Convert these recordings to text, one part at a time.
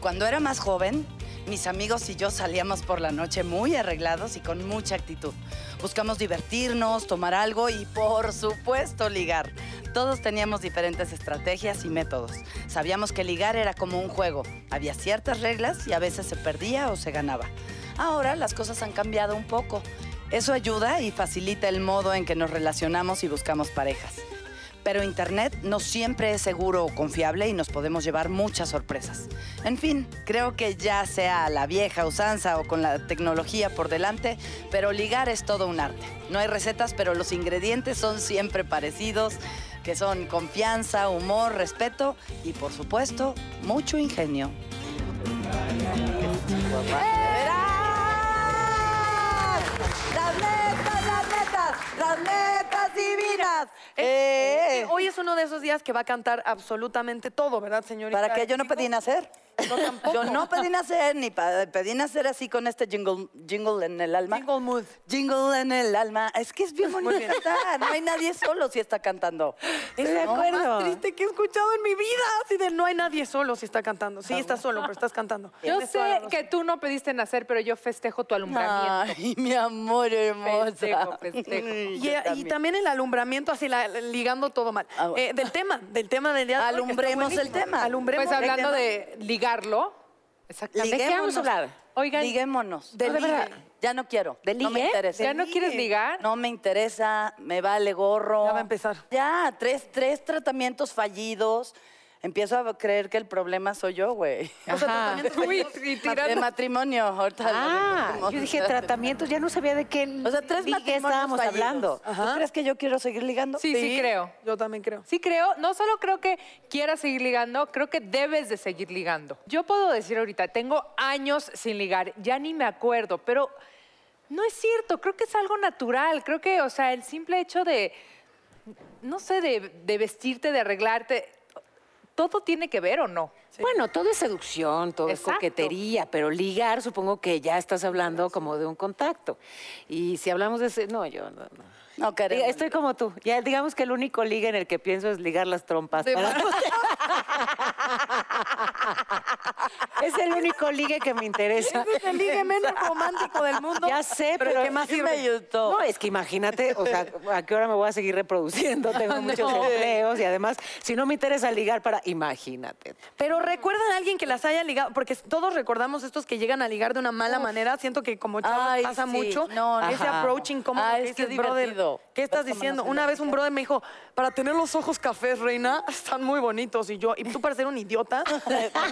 Cuando era más joven, mis amigos y yo salíamos por la noche muy arreglados y con mucha actitud. Buscamos divertirnos, tomar algo y por supuesto ligar. Todos teníamos diferentes estrategias y métodos. Sabíamos que ligar era como un juego. Había ciertas reglas y a veces se perdía o se ganaba. Ahora las cosas han cambiado un poco. Eso ayuda y facilita el modo en que nos relacionamos y buscamos parejas. Pero Internet no siempre es seguro o confiable y nos podemos llevar muchas sorpresas. En fin, creo que ya sea a la vieja usanza o con la tecnología por delante, pero ligar es todo un arte. No hay recetas, pero los ingredientes son siempre parecidos, que son confianza, humor, respeto y por supuesto mucho ingenio. ¡Verás! ¡Las metas, las metas, las metas divinas! Eh, Eh, Hoy es uno de esos días que va a cantar absolutamente todo, ¿verdad, señorita? ¿Para qué yo no pedí nacer? No, tampoco. Yo no pedí nacer, ni pa- pedí nacer así con este jingle, jingle en el alma. Jingle mood. Jingle en el alma. Es que es bien bonita. bien. No hay nadie solo si está cantando. Es de No, acuerdo. más más triste que he escuchado en mi vida. Así de no hay nadie solo si está cantando. Sí, está solo, pero estás cantando. Yo Tienes toda la sé razón. que tú no pediste nacer, pero yo festejo tu alumbramiento. Ay, mi amor hermosa. Festejo, festejo. Ay, Y, yo y también. el alumbramiento, así la- ligando todo mal. Ah, bueno. Eh, del tema, del tema del día. de hoy, que está Alumbremos el buenísimo. tema. Alumbremos Pues el hablando tema. de ligarlo. Exactamente. ¿De qué vamos Liguémonos. a hablar? Oigan, Liguémonos. de No, ligue. verdad, Ya no quiero. ¿De No me ligue? interesa. ¿ya no quieres ligar? No me interesa, me vale gorro. Ya va a empezar. Ya, tres, tres tratamientos fallidos. Empiezo a creer que el problema soy yo, güey. Ajá. ah, Uy, y De tirando. matrimonio, ahorita. Ah, lo yo decimos. dije tratamientos, ya no sabía de qué O sea, tres ligue matrimonios estábamos fallidos. hablando. ¿Tú crees que yo quiero seguir ligando? Sí, sí creo. Yo también creo. Sí creo, no solo creo que quieras seguir ligando, creo que debes de seguir ligando. Yo puedo decir ahorita, tengo años sin ligar, ya ni me acuerdo, pero no es cierto, creo que es algo natural, creo que, o sea, el simple hecho de, no sé, de, de vestirte, de arreglarte, ¿todo tiene que ver o no? Bueno, todo es seducción, todo Exacto. es coquetería, pero ligar supongo que ya estás hablando como de un contacto. Y si hablamos de ese, no, yo no, no. No queremos. Diga, Estoy como tú. Ya digamos que el único liga en el que pienso es ligar las trompas. De para- es el único ligue que me interesa. Es el ligue menos romántico del mundo. Ya sé, pero, ¿qué más sí sirve? me ayudó. No, es que imagínate, o sea, ¿a qué hora me voy a seguir reproduciendo? Tengo muchos empleos y además, si no me interesa ligar para, imagínate. Pero recuerdan a alguien que las haya ligado, porque todos recordamos estos que llegan a ligar de una mala manera. Siento que como chavas Ay, pasa sí. mucho. No, no. ese Ajá. approaching como Ay, que es que dices, es brother, divertido. ¿qué estás Tómanos diciendo? en Una la vez un mitad. brother me dijo, para tener los ojos cafés, reina, están muy bonitos. Y yo, y tú para ser un idiota.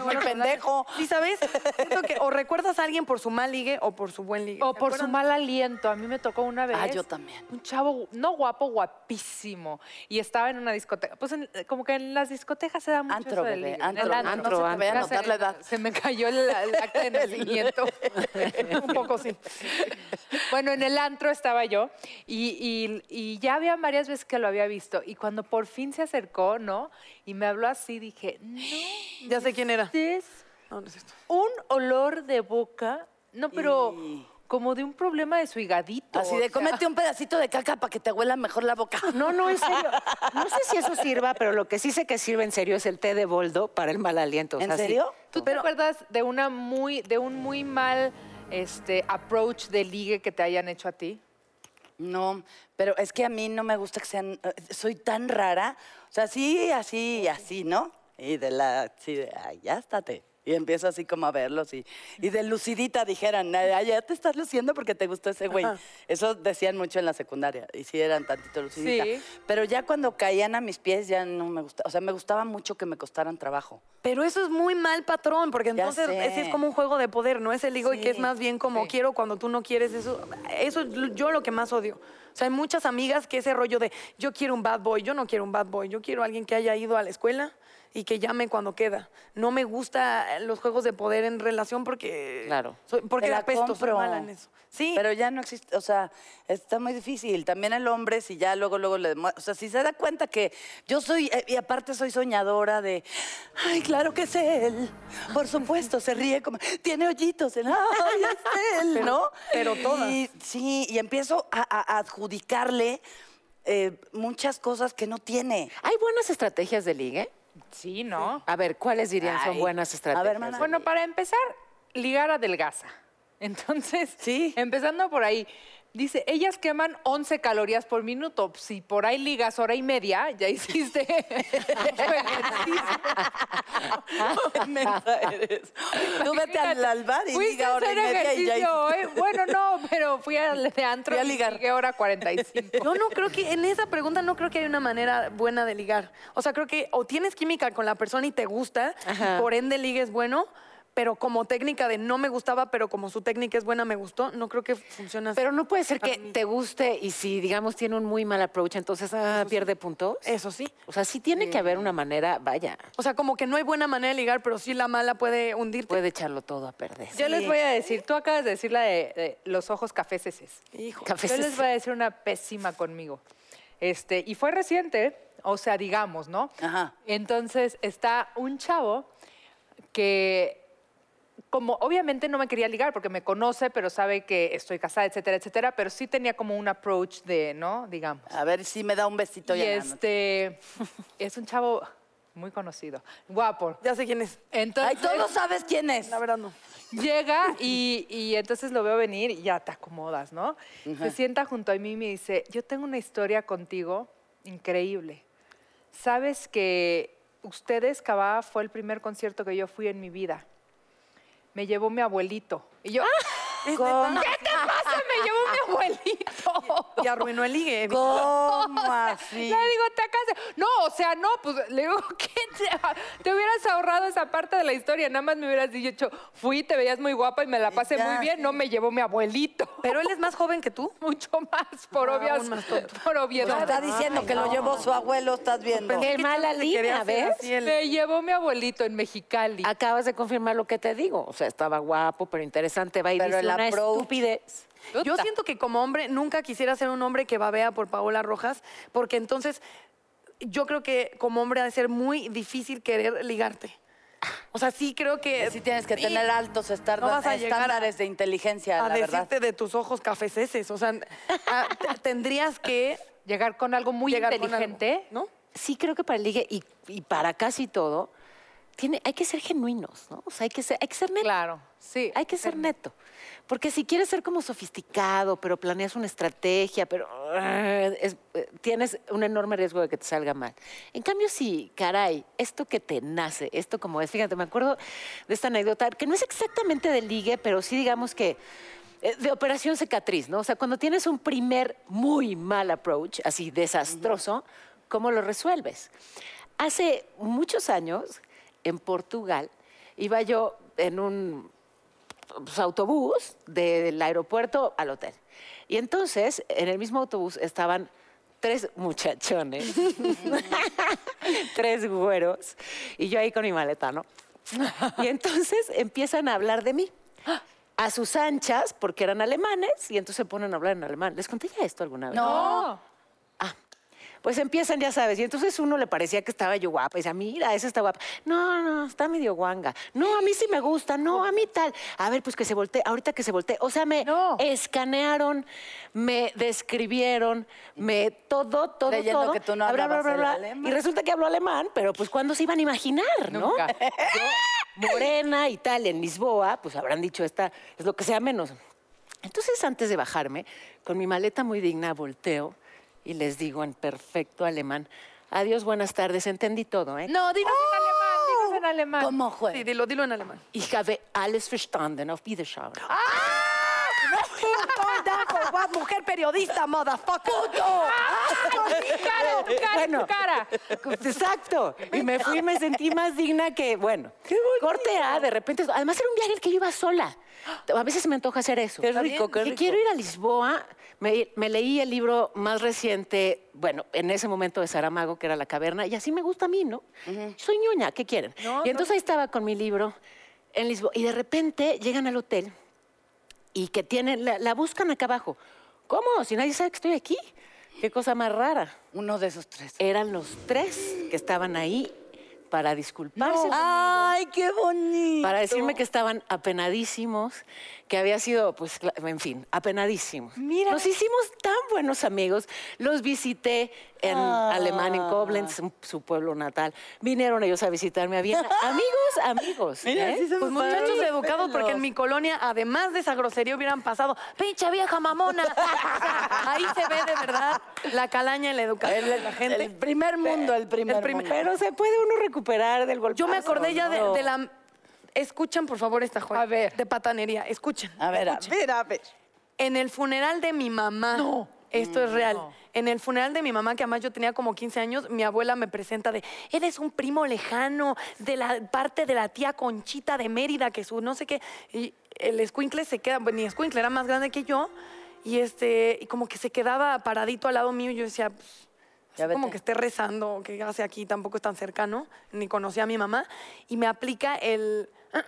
Muy pendejo. Sí, ¿sabes? Siento que o recuerdas a alguien por su mal ligue o por su buen ligue. O ¿Se por su acuerdan? mal aliento. A mí me tocó una vez. Ah, yo también. Un chavo, no guapo, guapísimo. Y estaba en una discoteca. Pues en- como que en las discotecas se da mucho Antro, eso del bebé, ligue, antro, el antro, no se te vaya a Ya notar se- la edad. Se me cayó el, el acta de nacimiento. Un poco sí. Bueno, en el antro estaba yo y, y- y ya había varias veces que lo había visto. Y cuando por fin se acercó, ¿no? Y me habló así, dije, no, Ya sé quién era. este es No, no es esto. un olor de boca. No, pero Y- como de un problema de su higadito. Así o de sea. cómete un pedacito de caca para que te huela mejor la boca. No, no, en serio. No sé si eso sirva, pero lo que sí sé que sirve en serio es el té de boldo para el mal aliento. o ¿En sea, sí. serio? ¿Tú te acuerdas de una muy, de un muy mal este, approach de ligue que te hayan hecho a ti? No, pero es que a mí no me gusta que sean. eh, Soy tan rara. O sea, sí, así, y así, ¿no? Y de la. Sí, de, ay, ya estate. Y empiezo así como a verlos y, y de lucidita dijeran, ay, ya te estás luciendo porque te gustó ese güey. Eso decían mucho en la secundaria, y sí eran tantito lucidita. Sí. Pero ya cuando caían a mis pies ya no me gustaba, o sea, me gustaba mucho que me costaran trabajo. Pero eso es muy mal patrón, porque Ya entonces sé. ese es como un juego de poder, no es el ligo y que es Sí, más bien como sí. quiero cuando tú no quieres eso. Eso es l- yo lo que más odio. O sea, hay muchas amigas que ese rollo de yo quiero un bad boy, yo no quiero un bad boy, yo quiero alguien que haya ido a la escuela y que llame cuando queda. No me gusta eh, los juegos de poder en relación porque Claro. soy- porque Te la la apesto, soy compro. mala en eso. Sí. Pero ya no existe, o sea, está muy difícil. También el hombre, si ya luego, luego le demuestra, o sea, si se da cuenta que yo soy, eh, y aparte soy soñadora de, ay, claro que es él. Por supuesto, se ríe como, tiene hoyitos, el, ay, es él, ¿no? Pero- pero todas. Y, sí, y empiezo a, a- a adjudicarle eh, muchas cosas que no tiene. ¿Hay buenas estrategias de ligue? Sí, ¿no? A ver, ¿cuáles dirían son Ay. buenas A ver, estrategias? mana. Bueno, para empezar, ligar adelgaza. Entonces, Sí. empezando por ahí, dice, ellas queman 11 calorías por minuto. Si por ahí ligas hora y media, ya hiciste tu ejercicio. Mensa eres. Tú vete al, al bar y Fuiste diga a hora y hacer media y ya. ejercicio hoy. Bueno, no, pero fui al de antro Fui a y ligar. ligué hora 45. Yo no creo que, en esa pregunta no creo que haya una manera buena de ligar. O sea, creo que o tienes química con la persona y te gusta, Ajá. y por ende ligue es bueno, pero como técnica de no me gustaba, pero como su técnica es buena, me gustó, no creo que funcione así. Pero no puede ser que te guste y si, digamos, tiene un muy mal approach, entonces ah, pierde puntos. Eso sí. O sea, sí tiene que haber una manera, vaya, O sea, como que no hay buena manera de ligar, pero sí la mala puede hundirte. puede echarlo todo a perder. Yo les voy a decir, tú acabas de decir la de, de los ojos caféceses. Hijo. Café Yo les voy a decir una pésima conmigo. Este, y fue reciente, o sea, digamos, ¿no? Ajá. Entonces está un chavo que como obviamente no me quería ligar porque me conoce, pero sabe que estoy casada, etcétera, etcétera, pero sí tenía como un approach de, ¿no? Digamos. A ver si me da un besito Y ya. en la noche. este es un chavo muy conocido, guapo. Ya sé quién es. Entonces Ay, todos sabes quién es. La verdad no. llega y, y entonces lo veo venir y ya te acomodas, ¿no? Se sienta junto a mí y me dice, yo tengo una historia contigo increíble. Sabes que ustedes, Cabá, fue el primer concierto que yo fui en mi vida. Me llevó mi abuelito. Y yo, ¿Cómo? ¿qué te pasa? Me llevó mi abuelito. Y arruinó el ligue. ¿Cómo así? Le digo, te acabas de-". No, o sea, no, pues le digo, ¿qué te... te hubieras ahorrado esa parte de la historia? Nada más me hubieras dicho, fui, te veías muy guapa y me Eh, la pasé ya, muy bien, sí. no me llevó mi abuelito. Pero él es más joven que tú. Mucho más, por, Ah, obvias, aún más tonto. Pues, por Nos obviedad. Pues está diciendo que lo llevó su abuelo, estás viendo. Qué que mala Charlie quería línea, hacer ¿ves? así el- Me llevó mi abuelito en Mexicali. Ah, Acabas de confirmar lo que te digo. O sea, estaba guapo, pero interesante. Va y Pero dice el una approach- estupidez. Yo Puta. siento que como hombre nunca quisiera ser un hombre que babea por Paola Rojas, porque entonces yo creo que como hombre ha de ser muy difícil querer ligarte. O sea, sí creo que Sí tienes que tener altos estar- No vas a llegar estándares de inteligencia, a la verdad. decirte de tus ojos cafeceses, o sea, a- t- tendrías que Llegar con algo muy llegar con algo, inteligente. ¿no? Sí, creo que para el ligue y, y para casi todo, tiene, hay que ser genuinos, ¿no? O sea, hay que ser, hay que ser neto. Claro, sí. Hay que ser neto. Porque si quieres ser como sofisticado, pero planeas una estrategia, pero ah, es- eh, tienes un enorme riesgo de que te salga mal. En cambio, si, caray, esto que te nace, esto como es, fíjate, me acuerdo de esta anécdota, que no es exactamente de ligue, pero sí digamos que eh, de operación cicatriz, ¿no? O sea, cuando tienes un primer muy mal approach, así desastroso, ¿cómo lo resuelves? Hace muchos años, en Portugal, iba yo en un pues, autobús del aeropuerto al hotel. Y entonces, en el mismo autobús estaban tres muchachones, tres güeros, y yo ahí con mi maleta, ¿no? Y entonces empiezan a hablar de mí. A sus anchas, porque eran alemanes, y entonces se ponen a hablar en alemán. ¿Les conté ya esto alguna vez? No. Pues empiezan, ya sabes, y entonces uno le parecía que estaba yo guapa, y decía, mira, esa está guapa. No, no, está medio guanga. No, a mí sí me gusta, no, a mí tal. A ver, pues que se voltee, ahorita que se voltee. O sea, me No. escanearon, me describieron, me todo, todo, Creyendo todo. que tú no Bla, bla, bla, hablabas bla, el bla. alemán. Y resulta que habló alemán, pero pues ¿cuándo se iban a imaginar, Nunca. no? Yo, morena y tal, en Lisboa, pues habrán dicho esta, es lo que sea menos. Entonces, antes de bajarme, con mi maleta muy digna, volteo y les digo en perfecto alemán, adiós, buenas tardes, entendí todo, ¿eh? No, dinos en alemán, dinos en alemán. ¿Cómo juega? Sí, dilo, dilo en alemán. Ich habe alles verstanden, auf Wiederschauen. Ah, mujer periodista, motherfucker. Cara, cara, Bueno. cara. Exacto. Y me fui y me sentí más digna que, bueno, corte A, de repente. Además, era un viaje en el que yo iba sola. A veces se me antoja hacer eso. Qué rico, qué Dije, rico. quiero ir a Lisboa. Me, me leí el libro más reciente, bueno, en ese momento de Saramago, que era La Caverna, y así me gusta a mí, ¿no? Soy ñoña, ¿qué quieren? No, y entonces ahí estaba con mi libro en Lisboa. Y de repente llegan al hotel y que tienen, la, la buscan acá abajo. ¿Cómo? Si nadie sabe que estoy aquí. Qué cosa más rara Uno de esos tres. eran los tres que estaban ahí para disculparse. conmigo, ¡Ay, qué bonito! Para decirme que estaban apenadísimos, que había sido, pues, cla- en fin, apenadísimos. Mira. Nos hicimos tan buenos amigos. Los visité en Ah. Alemania, en Koblenz, en su pueblo natal. Vinieron ellos a visitarme a Viena. amigos, amigos. Mira, ¿eh? sí somos Pues muchachos padres. educados, porque en Los- mi colonia, además de esa grosería, hubieran pasado, pinche vieja mamona. O sea, Ahí se ve de verdad la calaña en la educación de la gente. El primer mundo, el primer El prim- mundo. Pero se puede uno recuperar del golpe. Ah, Yo me acordé ya de, de la... Escuchen, por favor, esta joya. A ver. De patanería, escuchen. A ver, a ver, a ver. En el funeral de mi mamá. No. Esto es real. En el funeral de mi mamá, que además yo tenía como 15 años, mi abuela me presenta de, eres un primo lejano de la parte de la tía Conchita de Mérida, que su no sé qué. Y el escuincle se queda, bueno, ni escuincle, era más grande que yo. Y este, y como que se quedaba paradito al lado mío y yo decía, "Pues, Ya así como vete. que esté rezando, que hace aquí, tampoco es tan cercano, ni conocía a mi mamá. Y me aplica el,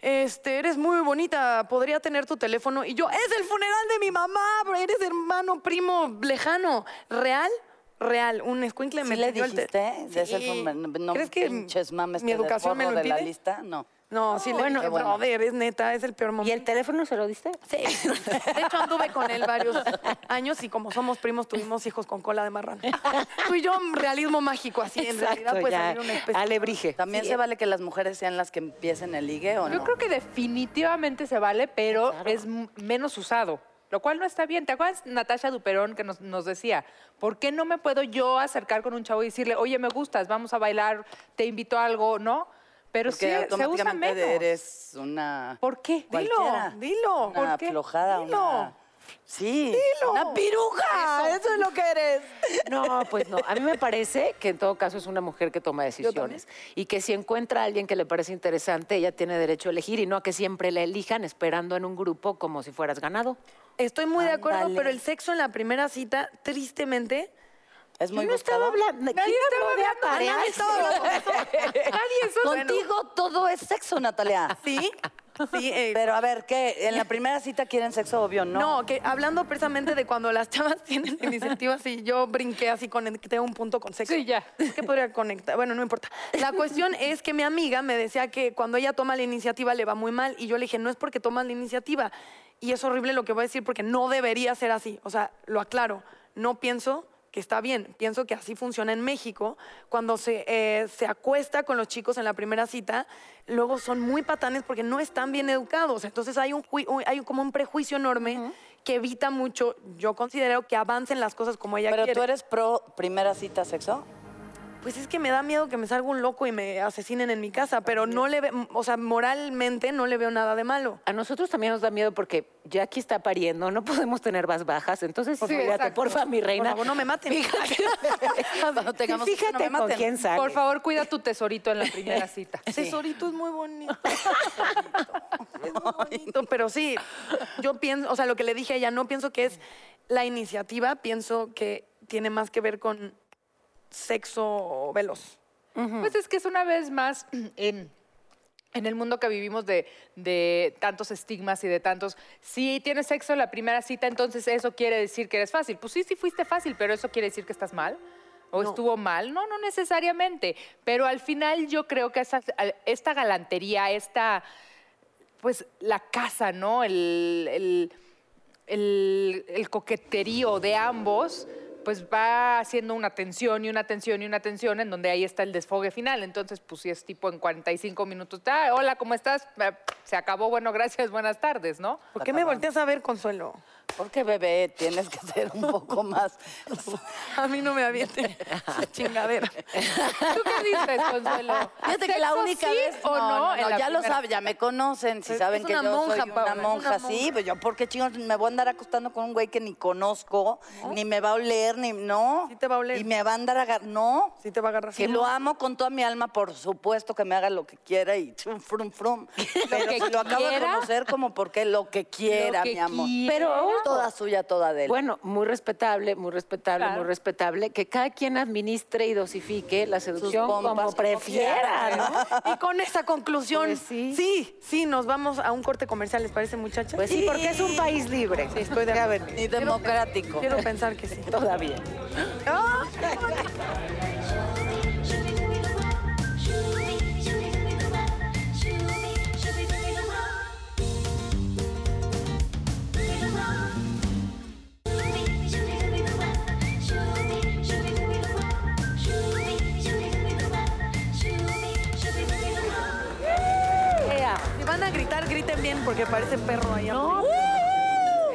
este, eres muy bonita, podría tener tu teléfono. Y yo, es el funeral de mi mamá, bro, eres hermano, primo, lejano. ¿Real? Real. Un escuincle ¿Sí me le pidió el te- dijiste? De ser Sí. fun- no, ¿Crees que pinches mames, mi te educación me desborro lo de la impide? lista? No. No, sí le Bueno, dije, qué bueno. brother, es neta, es el peor momento. ¿Y el teléfono se lo diste? Sí. De hecho, anduve con él varios años y como somos primos, tuvimos hijos con cola de marrano. Tú y yo, un realismo mágico, así. en realidad, pues, salir una especie. Alebrije. ¿También se vale que las mujeres sean las que empiecen el ligue o no? Yo creo que definitivamente se vale, pero es m- menos usado. Lo cual no está bien. ¿Te acuerdas, Natasha Duperón, que nos, nos decía, ¿por qué no me puedo yo acercar con un chavo y decirle, oye, me gustas, vamos a bailar, te invito a algo, ¿no? Pero Porque sí, se usa automáticamente menos. eres una... ¿Por qué? Dilo, Cualquiera. dilo. Una ¿Por qué? aflojada, Dilo. una... Sí. Dilo. Una piruja. Eso. es lo que eres. No, pues no. A mí me parece que en todo caso es una mujer que toma decisiones y que si encuentra a alguien que le parece interesante, ella tiene derecho a elegir y no a que siempre la elijan esperando en un grupo como si fueras ganado. Estoy muy de acuerdo, Ándale. pero el sexo en la primera cita, tristemente, Es muy Yo no estaba buscado. hablando. Nadie ¿Quién estaba habló de hablando de aparearse? Nadie sos- Contigo todo es sexo, Natalia. sí. Sí, eh, Pero a ver, ¿qué? ¿En la primera cita quieren sexo obvio? No. No, que hablando precisamente de cuando las chavas tienen iniciativas y yo brinqué así, conecté un punto con sexo. Sí, ya. ¿Qué podría conectar? Bueno, no importa. La cuestión es que mi amiga me decía que cuando ella toma la iniciativa le va muy mal y yo le dije, no es porque tomas la iniciativa. Y es horrible lo que voy a decir porque no debería ser así. O sea, lo aclaro, no pienso que está bien. Pienso que así funciona en México. Cuando se, eh, se acuesta con los chicos en la primera cita, luego son muy patanes porque no están bien educados. Entonces hay, un, jui- un- hay como un prejuicio enorme que evita mucho, yo considero, que avancen las cosas como ella Pero quiere. tú eres pro primera cita sexo. Pues es que me da miedo que me salga un loco y me asesinen en mi casa, pero no le veo, o sea, moralmente no le veo nada de malo. A nosotros también nos da miedo porque Jackie está pariendo, no podemos tener más bajas. Entonces, Sí, fíjate, exacto. porfa, mi Por reina. favor, no me maten. Cuando tengamos hijos, fíjate no me con maten. quién sale. Por favor, cuida tu tesorito en la primera cita. Tesorito es muy bonito. Es muy bonito, pero sí, yo pienso, o sea, lo que le dije a ella, no pienso que es la iniciativa, pienso que tiene más que ver con sexo veloz. Pues es que es una vez más en, en el mundo que vivimos de, de tantos estigmas y de tantos. Si tienes sexo en la primera cita, entonces eso quiere decir que eres fácil. Pues sí, sí fuiste fácil, pero eso quiere decir que estás mal. ¿O estuvo mal? No, no necesariamente. Pero al final yo creo que esa- al- esta galantería, esta, pues la casa, ¿no? El, el- el- el coqueterío de ambos, pues va haciendo una tensión y una tensión y una tensión en donde ahí está el desfogue final. Entonces, pues si es tipo en 45 minutos, "Ah, hola, ¿cómo estás? Eh, Se acabó, bueno, gracias, buenas tardes, ¿no? ¿Por qué me volteas a ver, Consuelo? Porque bebé, tienes que ser un poco más. A mí no me aviente chingadera. ¿Tú qué dices, Consuelo? Fíjate que la ¿Sexo única sí vez o no, en la ya lo primera saben, ya me conocen, si Es- saben es que yo una monja, soy Paola, es una una monja, sí, monja. pues yo por qué chingos me voy a andar acostando con un güey que ni conozco, ni me va a oler, ni no. Sí te va a oler. Y me va a andar agar no. Sí te va a agarrar. Que lo amo con toda mi alma, por supuesto que me haga lo que quiera y chum, frum, frum. Pero que si lo acabo de quiera. conocer, como porque lo que quiera, Lo que mi amor. quiera. Pero ojo. toda suya, toda de él. Bueno, muy respetable, muy respetable, Claro. muy respetable. Que cada quien administre y dosifique la seducción pompas como como prefiera, quiera, ¿no? Y con esa conclusión, Pues sí. sí. sí, nos vamos a un corte comercial, ¿les parece, muchachas? Pues sí, porque es un país libre. Sí, estoy de acuerdo. ni democrático. Quiero pensar que sí. Ah, Todavía. Should we do it? porque parece perro allá. No.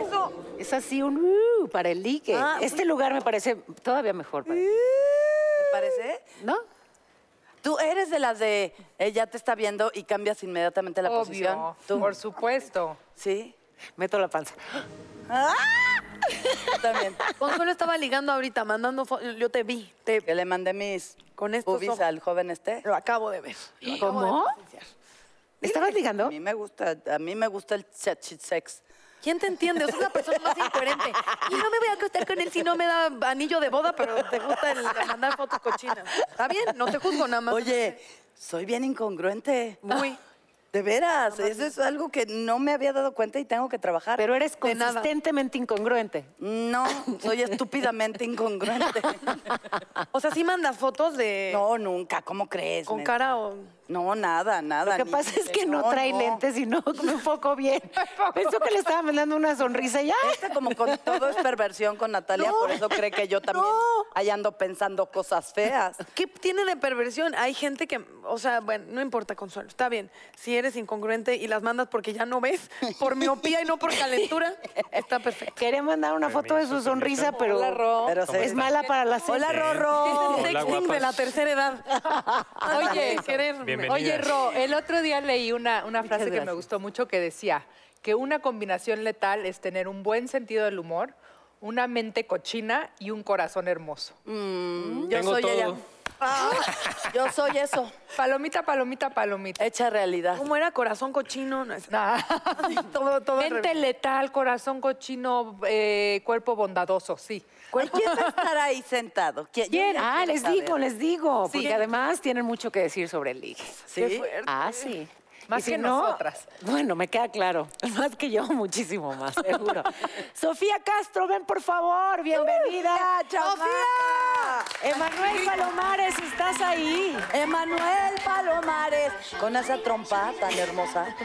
Eso. Es así un uh, para el ligue. Ah, este lugar me parece todavía mejor. para- ¿Te parece? ¿No? Tú eres de las de ella te está viendo y cambias inmediatamente la posición. Obvio. ¿Tú? Por supuesto. Sí. Meto la panza. Yo también. Consuelo estaba ligando ahorita, mandando fo- Yo te vi. Te... Yo le mandé mis Con estos boobies ojos. al joven este. Lo acabo de ver. Lo acabo de ¿Cómo? presenciar. ¿Estabas A ligando? mí me gusta, a mí me gusta el sexy sex. ¿Quién te entiende? Es una persona más incoherente. Y no me voy a acostar con él si no me da anillo de boda, pero te gusta el de mandar fotos cochinas. Está bien, no te juzgo nada más. Oye, soy bien incongruente. Muy. De veras, eso es algo que no me había dado cuenta y tengo que trabajar. Pero eres De nada. consistentemente incongruente. no, soy estúpidamente incongruente. O sea, sí mandas fotos de. No, nunca, ¿cómo crees? Con Men? cara o. No, nada, nada. Lo que ni- pasa es que no, trae lentes y no me enfoco bien. Pensó que le estaba mandando una sonrisa y ya. Esta como con todo es perversión con Natalia, por eso cree que yo también ahí ando pensando cosas feas. ¿Qué tiene de perversión? Hay gente que. O sea, bueno, no importa, Consuelo. Está bien. Si eres incongruente y las mandas porque ya no ves, por miopía y no por calentura, está perfecto. Quería mandar una foto de su Permiso, sonrisa, permiso. pero, Hola, Ro. Pero es se- mala para la Este, Hola, selfie. Rorro. Es el Hola, sexting de guapas. la tercera edad. Oye, sin querer. Bienvenidas. Oye, Ro, el otro día leí una, una frase que me gracias. gustó mucho que decía que una combinación letal es tener un buen sentido del humor, una mente cochina y un corazón hermoso. Mm, yo Tengo soy todo. ella. Ah, yo soy eso, Palomita, palomita, palomita. hecha realidad. ¿Cómo era corazón cochino? No, es- Nah. todo, todo. al Mente revés. letal, corazón cochino, eh, cuerpo bondadoso, sí. Ay, ¿Quién va a estar ahí sentado? ¿Quién? Yo ¿Quién? ya Ah, quiero les saber. digo, les digo. Sí. Porque además tienen mucho que decir sobre el ligue. ¿Sí? Ah, sí. Más Y si que no, nosotras. Bueno, me queda claro. Más que yo, muchísimo más, seguro. Sofía Castro, ven por favor, bienvenida. Uh, ¡Sofía! Emanuel Palomares, ¿estás ahí? Emanuel Palomares, con esa trompa tan hermosa.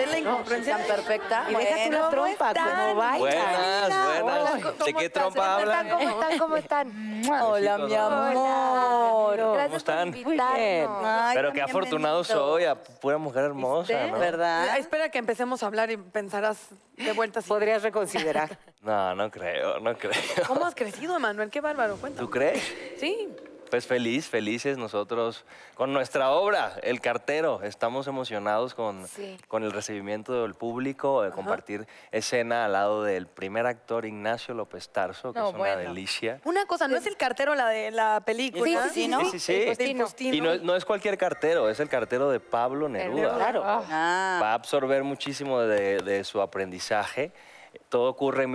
Es la incongruencia tan perfecta. Y deja tú Bueno, la trompa, pues, como baila. Buenas, buenas. Hola, ¿De qué trompa hablan? ¿Cómo están? ¿Cómo están? Hola, mi amor. Gracias ¿Cómo están? por Muy bien. Ah, invitarnos. Ay, Pero qué tan afortunado bienvenido. soy, a pura mujer hermosa, ¿no? ¿Verdad? Ah, Espera que empecemos a hablar y pensarás de vuelta. así. Podrías reconsiderar. No, no creo, no creo. ¿Cómo has crecido, Emanuel? Qué bárbaro. Cuéntame. ¿Tú crees? Sí. Pues feliz, felices nosotros con nuestra obra, El Cartero. Estamos emocionados con, Sí. con el recibimiento del público, de compartir escena al lado del primer actor Ignacio López Tarso, que No, es una bueno. delicia. Una cosa, ¿no es el cartero la de la película? Sí, sí, sí, ¿no? Sí, sí, sí. El postino. Y no, es- no es cualquier cartero, es el cartero de Pablo Neruda. Claro. va a Ah, absorber muchísimo de, de su aprendizaje. Todo ocurre en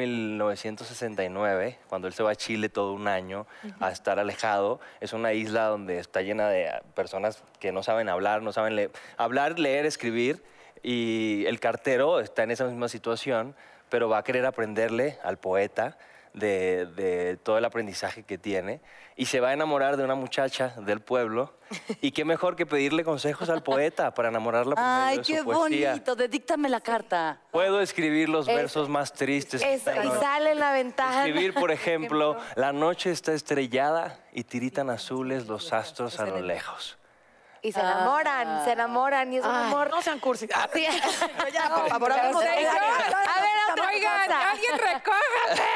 1969, cuando él se va a Chile todo un año a estar alejado. Es una isla donde está llena de ah, personas que no saben hablar, no saben le- hablar, leer, escribir. Y el cartero está en esa misma situación, pero va a querer aprenderle al poeta de, de todo el aprendizaje que tiene y se va a enamorar de una muchacha del pueblo. Y qué mejor que pedirle consejos al poeta para enamorarla por medio ay, de su qué poesía. bonito. Dedíctame la carta. Puedo escribir los Esa- versos más tristes. que Eso, y tengo. sale la ventaja. Escribir, por ejemplo, la noche está estrellada y tiritan azules los astros a lo lejos. Y se enamoran, se enamoran. Y es un amor. No sean cursis. Ah, Sí. ya, por favor, Pero, hablemos de- señor, a ver, otra Oigan, cosa. alguien recójate.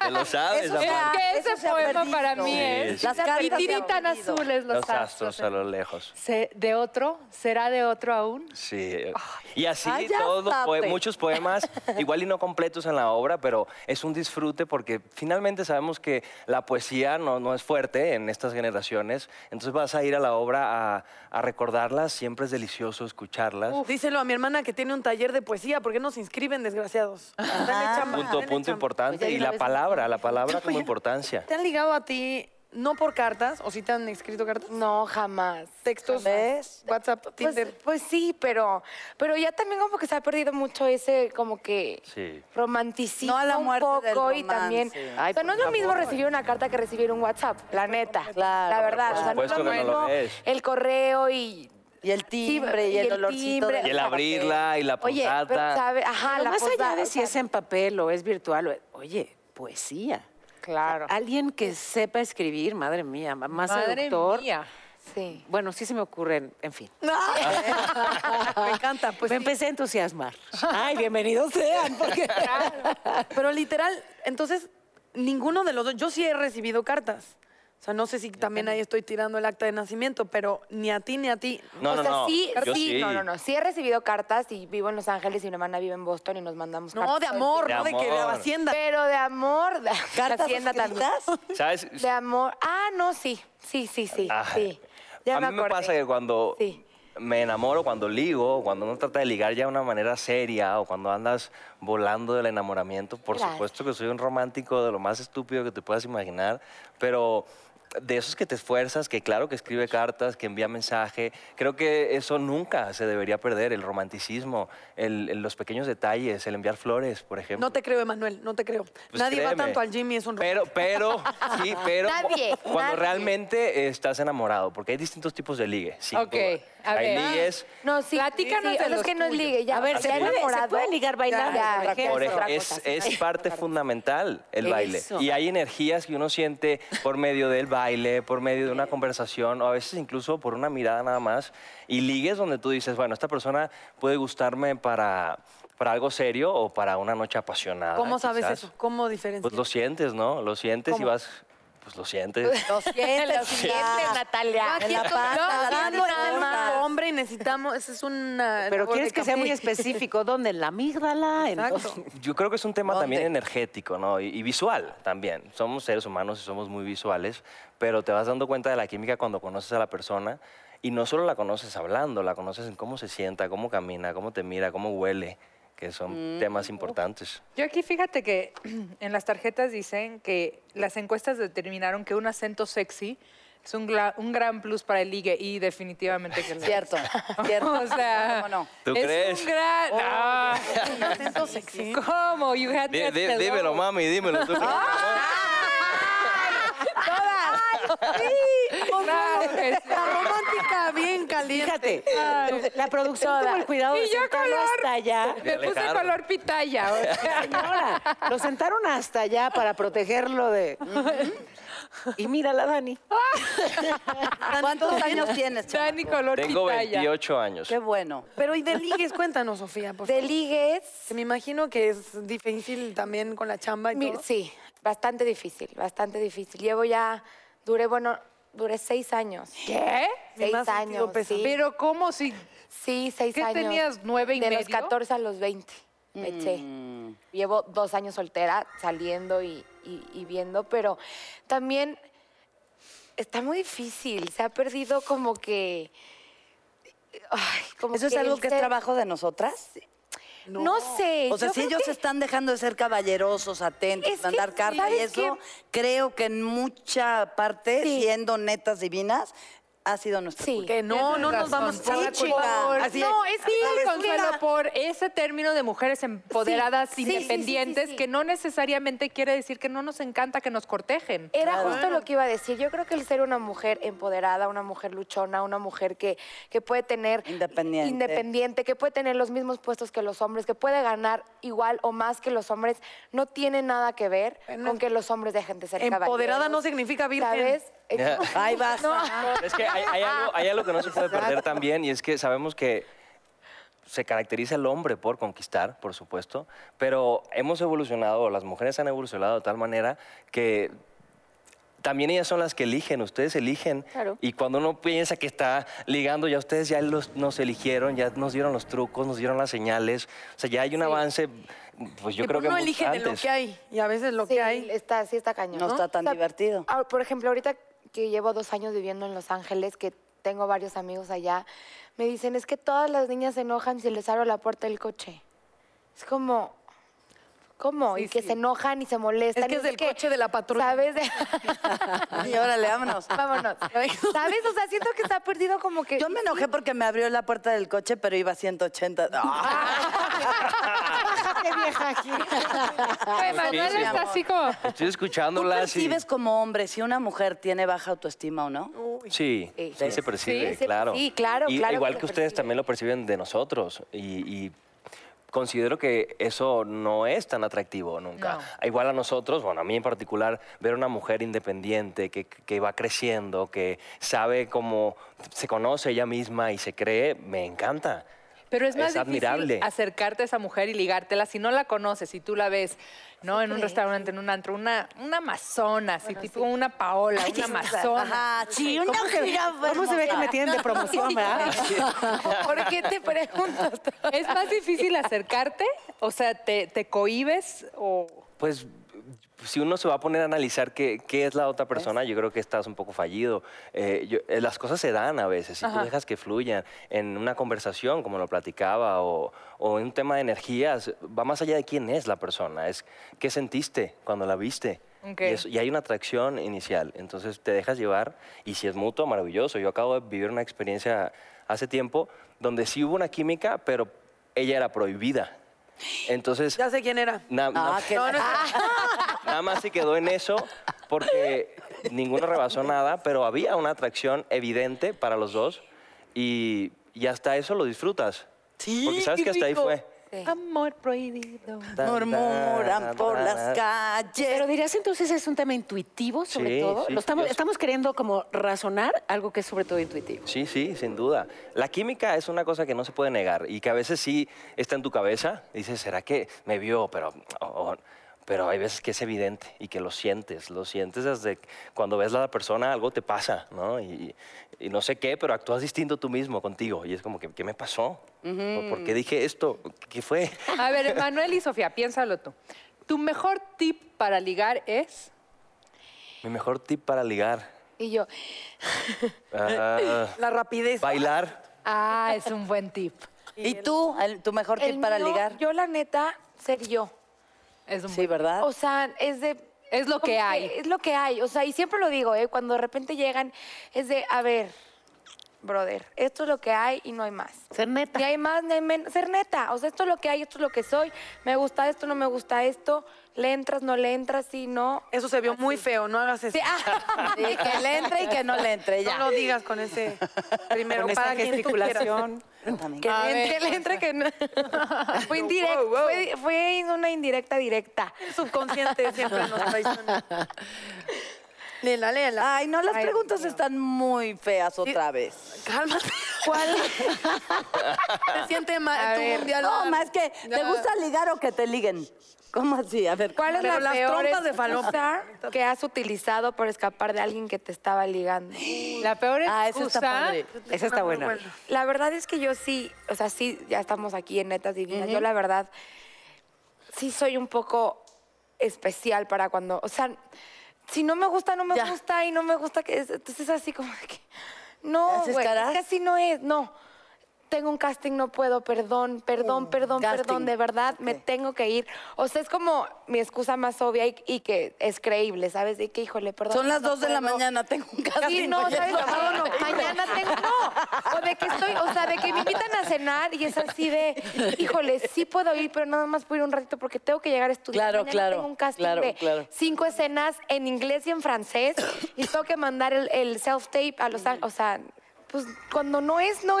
Te lo sabes, Eso amor. se Es ha- que ese eso se ha poema perdido. para mí Sí, es. sí, Las cartas Y se han tiritan perdido. azules los, Los astros a lo lejos. Se- ¿De otro? ¿Será de otro aún? Sí. Y así Ay, ya todos los poe- sabe. muchos poemas, igual y no completos en la obra, pero es un disfrute porque finalmente sabemos que la poesía no, no es fuerte en estas generaciones. Entonces vas a ir a la obra a, a recordarlas, siempre es delicioso escucharlas. Díselo a mi hermana que tiene un taller de poesía. ¿por qué nos inscriben, desgraciados? Denle chamba, Punto, denle punto chamba. importante. Pues ya y de una la vez- palabra, la palabra como importancia. ¿Te han ligado a ti no por cartas o si te han escrito cartas? No, jamás. Textos, WhatsApp, Pues, Tinder. pues sí, pero, pero ya también como que se ha perdido mucho ese como que Sí. romanticismo No a la un muerte poco del y también. romance. o sea, no es lo mismo recibir una carta que recibir un WhatsApp, la neta. Claro. la verdad. Por o sea, no es supuesto que no lo mismo es. el correo y Y el Sí, timbre, y el dolorcito. timbre, de- Y el o sea, abrirla, Ah, y la Oye, pero posdata. sabe- ajá, Pero la más allá posdata, de o si sea, es en papel o es virtual, o es- oye, poesía. Claro. Alguien que sepa escribir, madre mía, ma- más Madre seductor. mía. Sí. Bueno, sí se me ocurren, en fin. Me encanta. Pues me sí. empecé a entusiasmar. Ay, bienvenidos sean, porque Pero literal, entonces, ninguno de los dos. Yo sí he recibido cartas. O sea, no sé si también ahí estoy tirando el acta de nacimiento, pero ni a ti ni a ti. No, o no, sea, no. sí, yo sí, sí. no, no, no. Sí he recibido cartas y vivo en Los Ángeles y mi hermana vive en Boston y nos mandamos cartas. No, de todo el amor, De no de que de amor. Hacienda. tiempo. Pero de amor, de ¿Cartas de Hacienda también. ¿Sabes? De amor. Ah, no, sí. Sí, sí, sí. Ah, sí. Ya a mí me, acordé. pasa que cuando Sí. me enamoro, cuando ligo, cuando uno trata de ligar ya de una manera seria o cuando andas volando del enamoramiento, por Gracias. supuesto que soy un romántico de lo más estúpido que te puedas imaginar, pero de esos que te esfuerzas, que claro que escribe cartas, que envía mensaje, creo que eso nunca se debería perder, el romanticismo, el- el- los pequeños detalles, el enviar flores, por ejemplo. No te creo, Emanuel, no te creo. Pues Nadie va créeme. tanto al Jimmy, es un Pero, pero, sí, pero. Nadie, Cuando nadie. realmente estás enamorado, porque hay distintos tipos de ligue. sin Ok, duda. a Hay ver. ligues. Ah, No, sí. Platícanos sí, de o sea, los es que no es tuyos. ligue, ya. A ver, ya ¿se puede- se enamorado, puede ligar bailando, Ya, por ya, ejemplo? Por es ej- otra es, cosa, sí, es sí, parte otra cosa. fundamental el baile. Eso. Y hay energías que uno siente por medio del baile, por medio de una conversación, o a veces incluso por una mirada nada más. Y ligues donde tú dices, bueno, esta persona puede gustarme para, para algo serio o para una noche apasionada. ¿Cómo sabes ah, quizás. eso? ¿Cómo diferencias? Pues lo sientes, ¿no? Lo sientes y ¿Cómo? vas, pues lo sientes. Lo siento, siempre, Natalia. En la pata, Ah, dando no, este es nada un más. hombre y necesitamos. Esa es una. Pero labor quieres de que sea muy campo. específico. ¿Dónde? ¿En la amígdala? ¿En Exacto. dónde? Yo creo que es un tema también energético, ¿no? Y, y visual también. Somos seres humanos y somos muy visuales, pero te vas dando cuenta de la química cuando conoces a la persona y no solo la conoces hablando, la conoces en cómo se sienta, cómo camina, cómo te mira, cómo huele, que son temas importantes. Yo aquí fíjate que en las tarjetas dicen que las encuestas determinaron que un acento sexy es un, gla- un gran plus para el ligue y definitivamente que lo es. Cierto, cierto. O sea, ¿Cómo no? ¿Tú es crees? un gran... Ah, Un acento sexy. ¿Cómo? You had Di- that di- hello. dímelo, mami, dímelo. tú, por favor. Claro que sí. La romántica bien caliente. Fíjate, la producción tuvo el cuidado Y de yo sentarlo color. hasta allá. Me puse Alejandro. color pitaya. o sea. Señora, lo sentaron hasta allá para protegerlo de... Y mírala, Dani. ¿Cuántos años tienes, chamaco? Dani color Tengo pitaya. 28 años. Qué bueno. Pero y de ligues, cuéntanos, Sofía, por De favor. ligues, Me imagino que es difícil también con la chamba y mi- todo. sí, bastante difícil, bastante difícil. Llevo ya, duré, bueno, duré seis años. ¿Qué? Mi Seis más sentido años, pésame. sí. Pero ¿cómo si...? Sí, seis ¿Qué años. tenías, nueve y De los medio? 14 a los 20 me eché. Mm. Llevo dos años soltera, saliendo y, y- y viendo, pero también está muy difícil. Se ha perdido como que... ay, como ¿Eso es que algo el que es ser- trabajo de nosotras? este No, sé. O sea, yo si creo ellos que- están dejando de ser caballerosos, atentos, Es que, mandar cartas y ¿sabes qué? eso, creo que en mucha parte, Sí. siendo netas divinas, ha sido nuestra Sí. culpa. Que no, no nos vamos a echar la Sí, culpa. chica. Así no, es que ¿Sabes? Consuelo, Mira. por ese término de mujeres empoderadas, Sí, sí, sí, sí, independientes, sí, sí. que no necesariamente quiere decir que no nos encanta que nos cortejen. Era justo lo que iba a decir. Yo creo que el ser una mujer empoderada, una mujer luchona, una mujer que, que puede tener... Independiente. Independiente, que puede tener los mismos puestos que los hombres, que puede ganar igual o más que los hombres, no tiene nada que ver Bueno, con que los hombres dejen de ser Empoderada caballeros, no significa virgen. ¿Sabes? Exacto. Ahí vas. Es que hay, hay algo, hay algo que no se puede perder también y es que sabemos que se caracteriza el hombre por conquistar, por supuesto, pero hemos evolucionado, o las mujeres han evolucionado de tal manera que también ellas son las que eligen, ustedes eligen. Claro. Y cuando uno piensa que está ligando, ya ustedes ya los- nos eligieron, ya nos dieron los trucos, nos dieron las señales. O sea, ya hay un avance, pues yo que creo que uno mucho elige de lo antes. que hay y a veces lo Sí, que hay. está, sí está cañón. No está tan O sea, divertido. ah, Por ejemplo, ahorita que llevo dos años viviendo en Los Ángeles, que tengo varios amigos allá, me dicen, es que todas las niñas se enojan si les abro la puerta del coche. Es como... ¿Cómo? Sí, y que sí. se enojan y se molestan. Es que y es del coche de la patrulla. ¿Sabes? Y órale, vámonos. Vámonos. ¿Sabes? O sea, siento que está perdido como que... Yo me enojé porque me abrió la puerta del coche, pero iba a 180. ¡Ah! ¡Qué vieja aquí! Ay, Manuel sí, mi está amor. así como... Estoy ¿Tú escuchándolas y... percibes como hombre si una mujer tiene baja autoestima o no? Uh. Sí, Sí. sí se percibe, Sí, se- claro. sí, claro, Y claro que igual se que, ustedes percibe. también lo perciben de nosotros. Y, y considero que eso no es tan atractivo nunca. Ah, Igual a nosotros, bueno, a mí en particular, ver una mujer independiente que, que va creciendo, que sabe cómo se conoce ella misma y se cree, me encanta. Pero es más Es difícil admirable. acercarte a esa mujer y ligártela si no la conoces, si tú la ves, ¿no? En un restaurante, en un antro, una, una amazona, así tipo una Paola, una amazona. Ah, Ajá, sí, una jirafa ¿Cómo se ve que hermosa. me tienen de promoción, verdad? ¿Por qué te preguntas? ¿Es más difícil acercarte? O sea, ¿te, te cohibes o...? Pues si uno se va a poner a analizar qué, qué es la otra persona, yo creo que estás un poco fallido. Eh, yo- eh, las cosas se dan a veces, si tú dejas que fluyan en una conversación, como lo platicaba, o, o en un tema de energías, va más allá de quién es la persona, es qué sentiste cuando la viste. Ok. Y, eso- y hay una atracción inicial, entonces te dejas llevar y si es mutuo, maravilloso. Yo acabo de vivir una experiencia hace tiempo donde sí hubo una química, pero ella era prohibida. Entonces, Ya sé quién era. na- na- Ah, qué- Nada más se quedó en eso porque ninguno rebasó nada, pero había una atracción evidente para los dos y, y hasta eso lo disfrutas. Sí, Porque sabes qué que hasta ahí rico. fue. Amor prohibido. Murmuran por las Pero calles. dirías entonces es un tema intuitivo, sobre Sí, todo. sí, Lo estamos, yo- estamos queriendo como razonar algo que es sobre todo intuitivo. Sí, sí, sin duda. La química es una cosa que no se puede negar y que a veces sí está en tu cabeza. Dices, ¿será que me vio? Pero, o- o- pero hay veces que es evidente y que lo sientes. Lo sientes desde cuando ves a la persona, algo te pasa, ¿no? Y, y no sé qué, pero actúas distinto tú mismo contigo. Y es como, que, ¿qué me pasó? ¿O ¿Por qué dije esto? ¿Qué fue? A ver, Manuel y Sofía, piénsalo tú. ¿Tu mejor tip para ligar es...? Mi mejor tip para ligar. Y yo, ah, La rapidez. bailar. Ah, es un buen tip. ¿Y tú? El- ¿Tu mejor el tip para mío, ligar? Yo, la neta, ser yo. Es un Sí, buen- ¿verdad? O sea, es de. Es lo como que hay. Es lo que hay. O sea, y siempre lo digo, ¿eh? Cuando de repente llegan, es de, a ver, brother, esto es lo que hay y no hay más. Ser neta. Ni hay más, ni hay menos. Ser neta. O sea, esto es lo que hay, esto es lo que soy. Me gusta esto, no me gusta esto. Le entras, no le entras, sí, no. ah, Eso se vio muy feo, no hagas eso. Sí, que le entre y que no le entre, ya. No lo digas con ese primero Con esta para quien tú quieras. gesticulación. También. Que le entre, le entre, que no. Pues fue indirecta, Wow, wow. fue, fue una indirecta directa. El subconsciente siempre nos traiciona. Léela, léela. Ay, no, las Ay, preguntas no. están muy feas otra vez. Cálmate. ¿Cuál? Se siente A mal. ver. Tú un día No, la- más que, ¿te Ya. gusta ligar o que te liguen? ¿Cómo así? A ver, ¿Cuál es Pero la las peor trompas de falopa. excusa que has utilizado por escapar de alguien que te estaba ligando? La peor Ah, eso está excusa... padre. Esa está buena. La verdad es que yo sí, o sea, sí, ya estamos aquí en Netas Divinas. Yo la verdad sí soy un poco especial para cuando, o sea, si no me gusta, no me Ya. gusta y no me gusta que es- entonces es así como de que no, ¿Haces güey, es caras? que así no es, no. Tengo un casting, no puedo, perdón, perdón, perdón, Mm, casting. perdón, de verdad, me Ok. tengo que ir. O sea, es como mi excusa más obvia y, y que es creíble, ¿sabes? De que, híjole, perdón. Son las no 2 de la puedo. mañana, tengo un casting. Sí, no, mañana. ¿sabes? Sábado no, mañana tengo, no. O de que estoy, o sea, de que me invitan a cenar y es así de, híjole, sí puedo ir, pero nada más puedo ir un ratito porque tengo que llegar a estudiar. Claro, Mañana claro, Tengo un casting claro, de claro. cinco escenas en inglés y en francés y tengo que mandar el, el self-tape a los, o sea... Pues cuando no es, no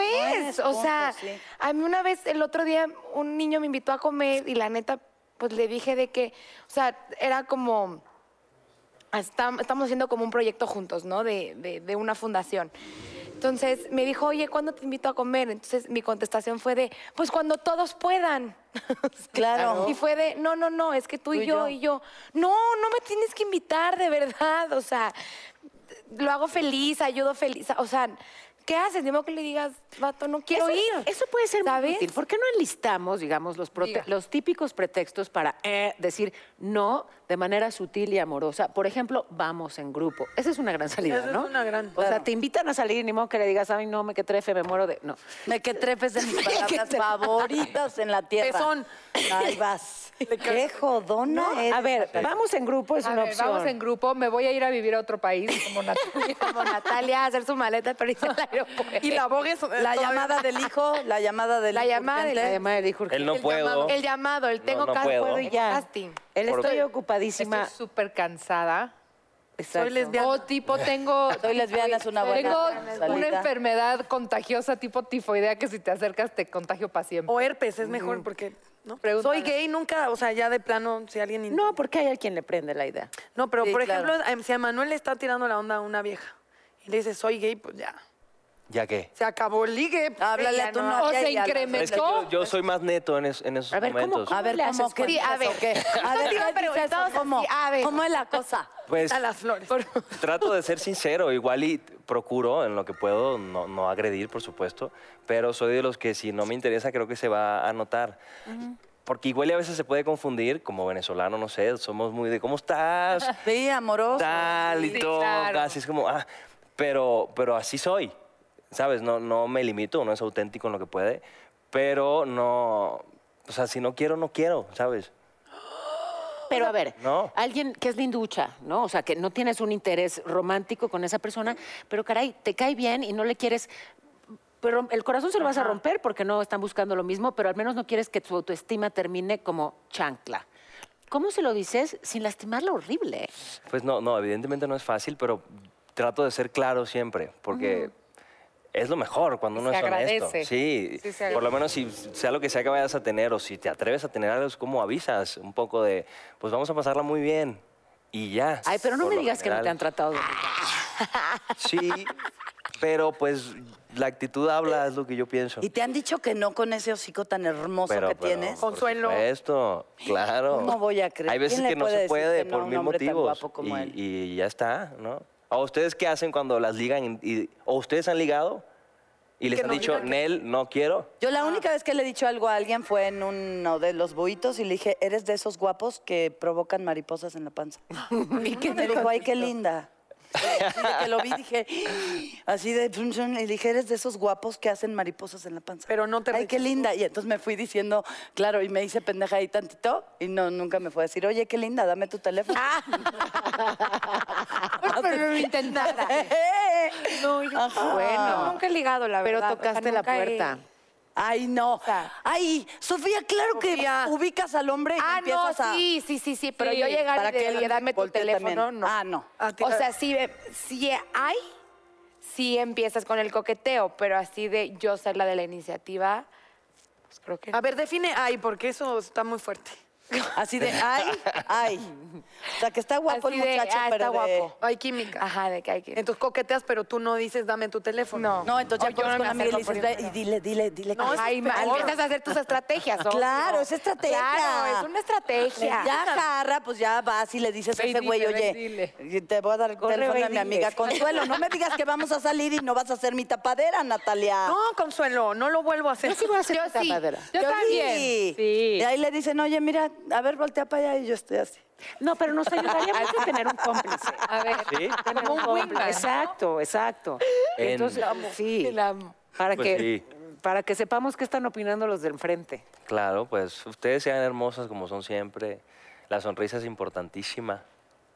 es, es. o sea, punto, sí. a mí una vez, el otro día, un niño me invitó a comer y la neta, pues le dije de que, o sea, era como, Estam- estamos haciendo como un proyecto juntos, ¿no? De, de- de una fundación. Entonces me dijo, oye, ¿cuándo te invito a comer? Entonces mi contestación fue de, pues cuando todos puedan. Claro. Y fue de, no, no, no, es que tú, y yo, y yo, no, no me tienes que invitar, de verdad. O sea, lo hago feliz, ayudo feliz. O sea, ¿qué haces? Digo que le digas, vato, no quiero eso, ir. Eso puede ser muy ¿sabes? útil. ¿Por qué no enlistamos, digamos, los, prote- Diga. los típicos pretextos para eh, decir no de manera sutil y amorosa? Por ejemplo, vamos en grupo. Esa es una gran salida, Esa es ¿no? una gran- O sea, te invitan a salir y ni modo que le digas, ay, no, me que trefe, me muero de... No. Me que trepes de mis palabras favoritas en la tierra. Pezón. Ahí vas. Qué jodona No, eres. a ver, vamos en grupo es A una ver, opción. vamos en grupo, me voy a ir a vivir a otro país como Natalia. Como Natalia a hacer su maleta, pero irse al aeropuerto. Y la eh, bogues. La llamada del hijo, la llamada del La hijo llamada del- urgente. La llamada del hijo urgente. Él no puedo. El llamado, el No, tengo no cas- puedo. puedo ir, Ya. casting. Él Por- estoy Estoy ocupadísima. súper cansada. Exacto. Soy lesbiana. O tipo tengo... Soy lesbiana, es una buena Tengo una salida. enfermedad contagiosa tipo tifoidea que si te acercas te contagio para siempre. O herpes, es mejor porque ¿no? Pregúntale. Soy gay, nunca, o sea, ya de plano, si alguien... No, porque hay a quien le prende la idea. No, pero Sí, por claro. ejemplo, em, si a Manuel le está tirando la onda a una vieja y le dice, soy gay, pues ya, ¿Ya qué? se acabó el ligue. Ah, pues, Háblale ya a tu no. novia. O se y hablas. incrementa. Es que yo, yo soy más neto en, es- en esos A ver, ¿cómo, momentos. cómo A ver, le ¿cómo haces ah, qué? cuando- Sí, a ver. ¿O qué? A ver, te iba a ¿qué dices preguntar, eso? o sea, ¿Cómo? sí, a ver. ¿Cómo es la cosa? Pues A las flores. trato de ser sincero, igual y procuro en lo que puedo no, no agredir, por supuesto, pero soy de los que si no me interesa creo que se va a notar. Porque igual y a veces se puede confundir, como venezolano, no sé, somos muy de ¿cómo estás? Sí, amoroso. tal y Sí, todo, claro. así es como, ah, pero, pero así soy, ¿sabes? No, no me limito, uno es auténtico en lo que puede, pero no, o sea, si no quiero, no quiero, ¿sabes? Pero a ver, No. alguien que es linducha, ¿no? O sea, que no tienes un interés romántico con esa persona, pero caray, te cae bien y no le quieres. Pero el corazón se lo vas a romper porque no están buscando lo mismo, pero al menos no quieres que tu autoestima termine como chancla. ¿Cómo se lo dices sin lastimarla horrible? Pues no, no, evidentemente no es fácil, pero trato de ser claro siempre, porque es lo mejor cuando Y uno se es honesto. agradece. Sí, Sí, se por lo menos si sea lo que sea que vayas a tener o si te atreves a tener algo, es como avisas un poco de, pues vamos a pasarla muy bien. Y ya. Ay, pero no por me lo digas que no te general. han tratado de. Sí, pero pues la actitud habla, es lo que yo pienso. ¿Y te han dicho que no con ese hocico tan hermoso pero, que pero, tienes? por Consuelo. supuesto, claro. No voy a creer. Hay veces ¿Quién le que no puede se decir puede que no a por un mil hombre tan motivos. guapo como y, él? y ya está, ¿no? ¿A ustedes qué hacen cuando las ligan? y- ¿O ustedes han ligado? Y les han dicho, Nel, no quiero. Yo la única vez que le he dicho algo a alguien fue en uno de los buitos y le dije, eres de esos guapos que provocan mariposas en la panza. y que me dijo, ay, qué linda. Así de que lo vi dije, así de, chun, chun, y le dije, eres de esos guapos que hacen mariposas en la panza. Pero no te Ay, qué rechazó. linda. Y entonces me fui diciendo, claro, y me hice pendeja ahí tantito y no, nunca me fue a decir, oye, qué linda, dame tu teléfono. Pero no lo intentara. No, yo "Ah, Bueno. nunca he ligado, la Pero verdad. o sea, tocaste la nunca he- puerta. Ay, no. sea- Ay, Sofía, claro Sofía. que ubicas al hombre y Ah, no, empiezas a... sí, sí, sí, sí, pero Sí, yo llegar y de, él oye, dame tu voltee teléfono, también. no. Ah, no. A ti- O sea, si, si hay, sí empiezas con el coqueteo, pero así de yo ser la de la iniciativa, pues creo Ah, que no. A ver, define ay, porque eso está muy fuerte. Así de, ay, ay. O sea, que está guapo Así el de, muchacho, ah, pero está de- guapo. Hay química. Ajá, de que hay que... Entonces coqueteas, pero tú no dices, dame tu teléfono. No, entonces O ya yo no pones me con amiga y le acerco dices, primero. "Ve y dile, dile, dile. que- Ajá, y ma- empiezas a hacer tus estrategias. obvio. Ah, Claro, es estrategia. Claro, es una estrategia. Ya jarra, pues ya vas y le dices a Ve y ese güey, dile, ve y oye, te voy a dar el Corre, ve teléfono y de mi dile". amiga Consuelo. No me digas que vamos a salir y no vas a hacer mi tapadera, Natalia. No, Consuelo, no lo vuelvo a hacer. Yo sí voy a hacer Yo tu sí. tapadera. Yo también. Sí. Sí. Y ahí le dicen, oye, mira, a ver, voltea para allá y yo estoy así. No, pero nos ayudaría mucho tener un cómplice. A ver, ¿Sí? Tener como un un cómplice. wingman. Exacto, exacto. En- Entonces, sí. La amo. Para, Pues que, sí. para que sepamos qué están opinando los del enfrente. Claro, pues ustedes sean hermosas como son siempre. La sonrisa es importantísima.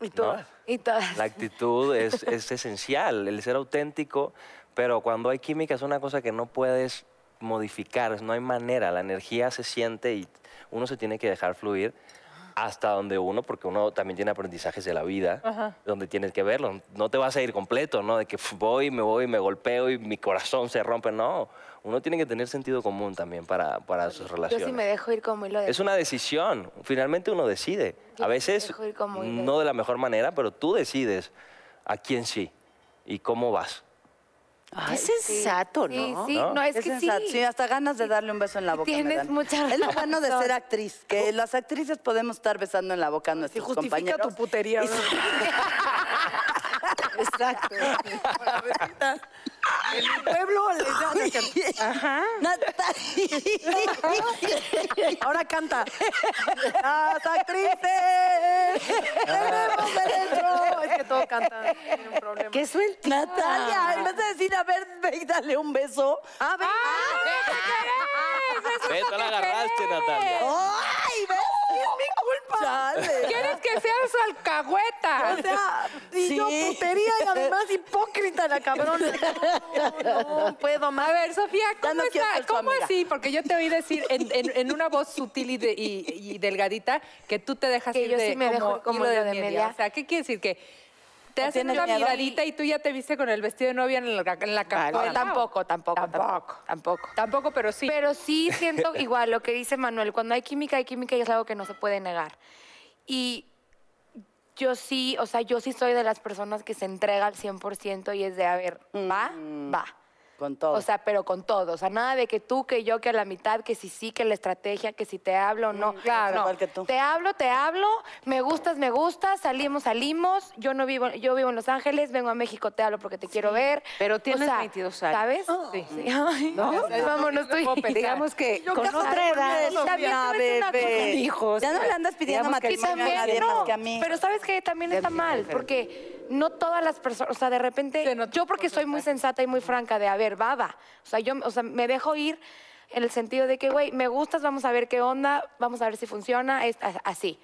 Y ¿no? todas. Y todas. La actitud es, es esencial, el ser auténtico, pero cuando hay química es una cosa que no puedes modificar, no hay manera, la energía se siente y uno se tiene que dejar fluir hasta donde uno, porque uno también tiene aprendizajes de la vida, donde tienes que verlo, no te vas a ir completo, ¿no? De que pf, voy, me voy, me golpeo y mi corazón se rompe, no, uno tiene que tener sentido común también para, para sus Yo relaciones. sí me dejo ir como hilo de... Es una decisión. Finalmente uno decide. Yo a veces dejo ir como hilo. no de la mejor manera, pero tú decides a quién sí y cómo vas. es sensato, Sí, ¿no? sí, no, ¿No? Ah, es, que sensato, sí. hasta ganas de darle un beso en la boca. me Tienes dan. mucha Es lo bueno de razón. ser actriz, que las actrices podemos estar besando en la boca a Si nuestros justifica compañeros. tu putería. Y- ¿no? Exacto. Pueblo, le ya, no es cierto. Natalia. Ahora canta. Las actrices. Tenemos derecho. Es que todo canta. Tiene un problema. ¿Qué suelta? Natalia, en vez de decir, a ver, ve y dale un beso. A ver. Ve, tú la agarraste, Natalia. ¡Ay, ves! ¡Es mi culpa! ¿Quieres que seas alcahueta? O sea, y yo Sí. putería y además hipócrita la cabrona. No, no puedo más. A ver, Sofía, ¿cómo, no quiero está- ser su cómo amiga. así? Porque yo te oí decir en, en- en una voz sutil y, de- y- y delgadita que tú te dejas Que ir yo de sí me dejo ir como hilo de media. O sea, ¿qué quiere decir? Que te te hacen tienes una miedo? miradita y tú ya te viste con el vestido de novia en la, en la cajuela. No, Pues tampoco, tampoco, tampoco, tampoco. Tampoco, pero sí. Pero sí siento igual lo que dice Manuel, cuando hay química, hay química y es algo que no se puede negar. Y yo sí, o sea, yo sí soy de las personas que se entrega al 100% y es de, a ver, va, va. Con todo. O sea, pero con todo. O sea, nada de que tú, que yo, que a la mitad, que si sí, que la estrategia, que si te hablo o no. Mm, claro. No. Igual que tú. Te hablo, te hablo, me gustas, me gustas, salimos, salimos. Yo no vivo, yo vivo en Los Ángeles, vengo a México, te hablo porque te quiero ver. pero O tienes sea, 22 años. ¿Sabes? Oh. Sí. Ay, Vámonos tú y- Digamos que Yo con casada otra con edad, él, También no, te voy a decir una bebé. cosa. con hijos. Ya no le andas pidiendo Digamos que Y matrimonio también, a nadie no, más que a mí. pero sabes que también está mal, porque no todas las personas, o sea, de repente, Se nota yo porque soy muy sensata y muy franca de, a ver, baba, o sea, yo, o sea, me dejo ir en el sentido de que, güey, me gustas, vamos a ver qué onda, vamos a ver si funciona, es a- así.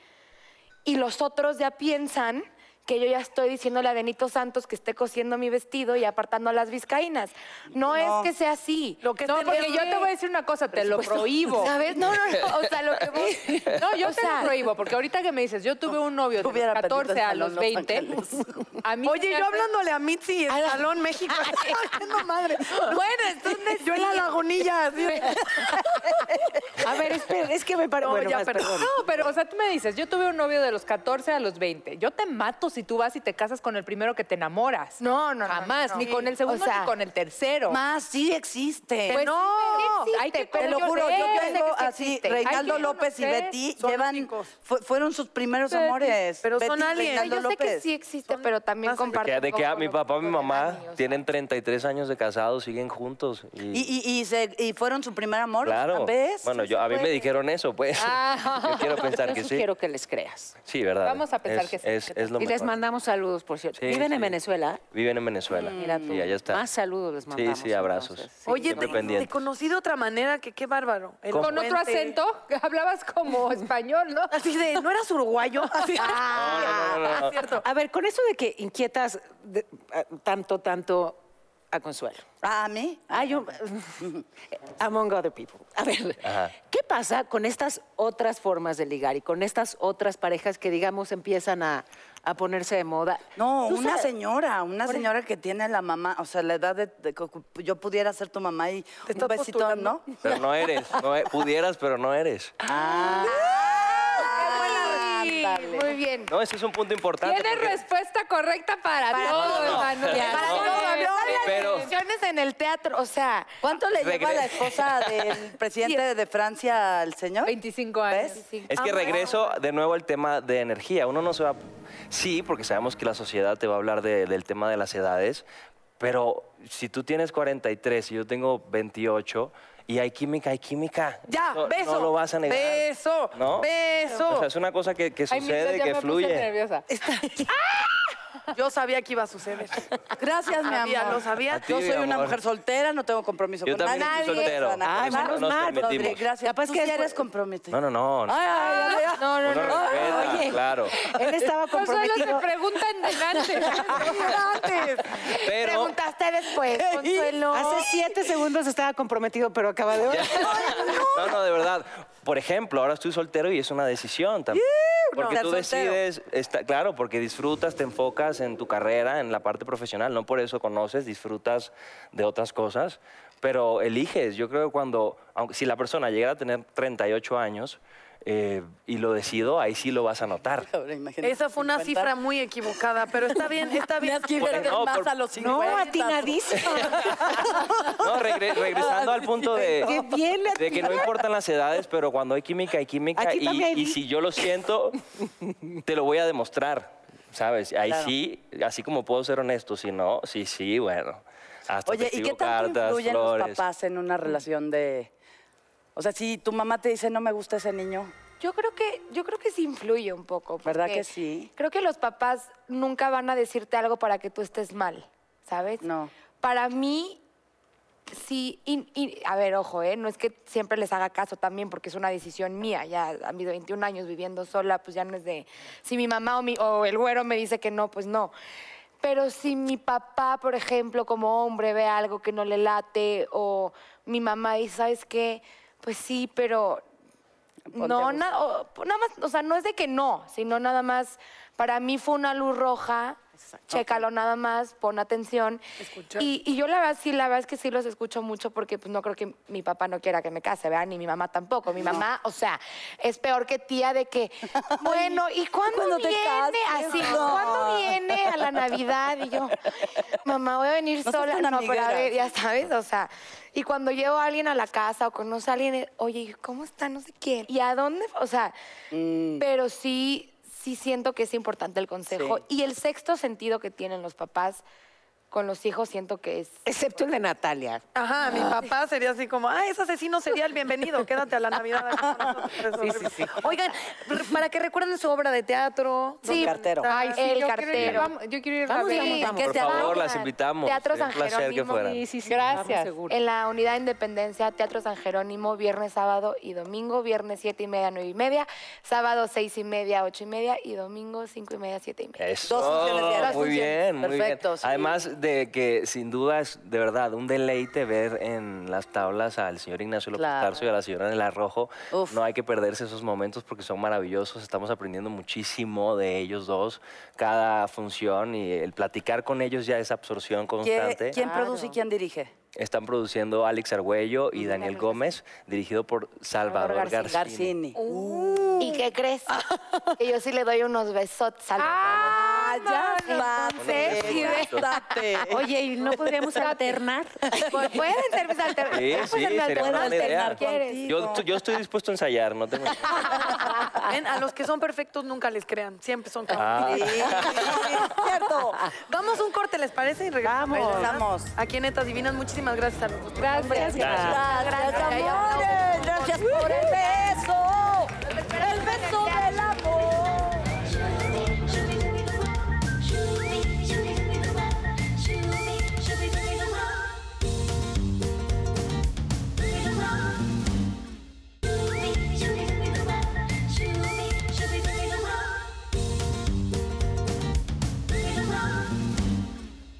Y los otros ya piensan que yo ya estoy diciéndole a Benito Santos que esté cosiendo mi vestido y apartando a las vizcaínas. No. No, es que sea así. Lo que no, es tener- porque yo te voy a decir una cosa, te lo prohíbo. ¿Sabes? No, no, no. O sea, lo que vos... No, yo o te sea, lo prohíbo, porque ahorita que me dices, yo tuve un novio de Hubiera los perdido 14 a el los balón, Los 20. Ángeles. A mí se Oye, me yo hace- hablándole a Mitzi en el Salón México. no madre. Bueno, entonces Yo en la sí. lagunilla. así. A ver, espera, es que me parece. No, bueno, ya, vas, perdón. perdón. No, pero, o sea, tú me dices, yo tuve un novio de los 14 a los 20. Yo te mato si tú vas y te casas con el primero que te enamoras. No, no, no, Jamás, no, no. ni con el segundo, O sea, ni con el tercero. Más, sí existe. Pues no, sí, hay que existe, pero Te lo yo juro, sé, yo yo sé tengo que sí así, existe. Reinaldo Hay que López y conocer, Betty son llevan, únicos. fu- fueron sus primeros Betty, amores. pero Betty son y aliens. Ay, Reinaldo yo sé que López. sí existe, pero también comparto. Que- de un que poco ah, mi lo papá y que mi dijo mamá Dani, o sea, tienen 33 años de casados, siguen juntos. Y, Y, y, y, se- y fueron su primer amor, claro. ¿ves? Bueno, yo, a mí me dijeron eso, pues. Yo quiero pensar Yo que sí. sugiero que les creas. Sí, ¿verdad? Vamos a pensar Es- que sí. Es, es lo Y les mejor. mandamos saludos, por cierto. Sí, Viven en sí. Venezuela. Viven en Venezuela. Mira tú. Y allá está. Más saludos les mandamos. Sí, sí, abrazos. entonces. Sí. Oye, Siempre te, te pendientes. conocí de otra manera, que qué bárbaro. El ¿Cómo? Con otro puente. acento, hablabas como español, ¿no? Así de, ¿no eras uruguayo? Así. Ah. No, no, no, no. A ver, con eso de que inquietas de- a- tanto, tanto a Consuelo. Ah, ¿A mí? Ah, yo- among other people. A ver, Ajá. ¿qué pasa con estas otras formas de ligar y con estas otras parejas que, digamos, empiezan a, a ponerse de moda? No, Tú una sabes- señora, una señora que tiene la mamá, o sea, la edad de, de que yo pudiera ser tu mamá y un estás besito, postulando? ¿no? Pero no eres. no e- pudieras, pero no eres. Ah, Sí, ándale. Muy bien. No, ese es un punto importante. Tienes porque- respuesta correcta para, todo, hermano. Para Para todo, todo. habló de Pero- las decisiones en el teatro, o sea, ¿Cuánto le lleva Regre- la esposa del presidente de Francia al señor? 25 años. ¿Ves? Es que regreso de nuevo al tema de energía. Uno no se va. Sí, porque sabemos que la sociedad te va a hablar de- del tema de las edades, pero si tú tienes 43 y yo tengo 28 y hay química, hay química. Ya, Eso beso. No lo vas a negar. Beso, ¿No? beso. O sea, es una cosa que, que Ay, mira, sucede, ya que me fluye. Puse nerviosa. Yo sabía que iba a suceder. Gracias, mi Sabía, amor. lo sabía. A ti, Yo soy mi una amor. mujer soltera, no tengo compromiso Yo con nadie. también estoy soltero. Ay, Por eso menos no nos mal, permitimos. Rodri, gracias. Capaz Tú que sí después- eres comprometido. No, no, no. Ay, ay, ay, ay. No, no, Uno no. respeta, claro. Él estaba Pues solo comprometido. te preguntan delante. Pero Preguntaste después, Consuelo. Hace siete segundos estaba comprometido, pero acaba de... No, no, de verdad. Por ejemplo, ahora estoy soltero y es una decisión también. Porque no. tú Estar soltero. decides, está, claro, porque disfrutas, te enfocas en tu carrera, en la parte profesional, no por eso conoces, disfrutas de otras cosas, pero eliges. Yo creo que cuando, aunque, si la persona llegara a tener 38 años eh, y lo decido, ahí sí lo vas a notar. Ahora imagínate, Esa fue una 50. cifra muy equivocada, pero está bien, está bien. Pues no, por- No, atinadísimo. No, regre- regresando al punto de, Qué bien le de que no importan las edades, pero cuando hay química, hay química. Aquí Y, también hay- y si yo lo siento, te lo voy a demostrar. ¿Sabes? Ahí sí, así como puedo ser honesto, si no, sí, sí, bueno. Hasta te Oye, ¿y escribo qué tanto cartas, influyen flores. los papás en una relación de...? O sea, si tu mamá te dice, no me gusta ese niño, Yo creo que, yo creo que sí influye un poco. ¿Verdad porque que sí? Creo que los papás nunca van a decirte algo para que tú estés mal, ¿sabes? No. Para mí, sí, y- y- a ver, ojo, ¿eh? no es que siempre les haga caso también, porque es una decisión mía. Ya a mis 21 años viviendo sola, pues ya no es de. Si mi mamá o, mi, o el güero me dice que no, pues no. Pero si mi papá, por ejemplo, como hombre ve algo que no le late, o mi mamá dice, ¿sabes qué? Pues sí, pero Ponte a no, buscar. na- o- nada más, o sea, no es de que no, sino nada más, para mí fue una luz roja Chécalo nada más, pon atención. Escuchar. Y, y yo la verdad sí, la verdad es que sí los escucho mucho porque pues no creo que mi papá no quiera que me case, ¿verdad? Ni mi mamá tampoco. Mi mamá, o sea, es peor que tía de que, bueno, ¿y cuándo, ¿Cuándo te viene? casas? Así, No. ¿cuándo viene a la Navidad? Y yo, mamá, voy a venir No seas sola. tan No, pero a amiguera. ver, ya sabes, o sea, y cuando llevo a alguien a la casa o conozco a alguien, eh, oye, ¿y ¿cómo está? No sé quién. ¿Y a dónde? O sea, Mm. pero sí, sí siento que es importante el consejo. Sí. Y el sexto sentido que tienen los papás con los hijos siento que es... Excepto el de Natalia. Ajá, mi papá sería así como, ah, ese asesino sería el bienvenido, quédate a la Navidad. aquí con nosotros". Oigan, r- para que recuerden su obra de teatro. Sí. cartero. Ay, sí, El yo quiero ir, cartero. vamos- yo quiero ir a Vamos, ver. vamos, vamos. que Por se favor, vayan. las invitamos. Teatro Sería San un placer que Jerónimo. fueran. Gracias. Eh, En la unidad Independencia, Teatro San Jerónimo, viernes, sábado y domingo, viernes siete y media, nueve y media, sábado seis y media, ocho y media y domingo cinco y media, siete y media. Eso. Dos funciones diarias. Muy bien, muy Perfecto, bien. sí. Además de que sin duda es de verdad un deleite ver en las tablas al señor Ignacio López Claro. Tarso y a la señora Nela Rojo. Uf. No hay que perderse esos momentos porque son maravillosos. Estamos aprendiendo muchísimo de ellos dos, cada función y el platicar con ellos ya es ¿Quién, absorción constante. quién produce y quién dirige? Están produciendo Alex Argüello y Daniel Gómez, dirigido por Salvador Salvador García. Garcini. ¿Y qué crees? que yo sí le doy unos besotes al Ah, ya, mate, Sí, exacto. date. Oye, ¿y no podríamos alternar? Pues pueden ser mis alternativas. Sí, sí, sería una buena idea. ¿Quieres? Yo, yo estoy dispuesto a ensayar, no tengo... Ven, a los que son perfectos nunca les crean, siempre son Ah. caos. Cierto. Vamos un corte, ¿les parece? Y regresamos. Regresamos. Aquí en Netas Divinas, muchísimas gracias a los dos. Gracias. Gracias. Gracias, amores. Gracias por el beso. El beso del amor.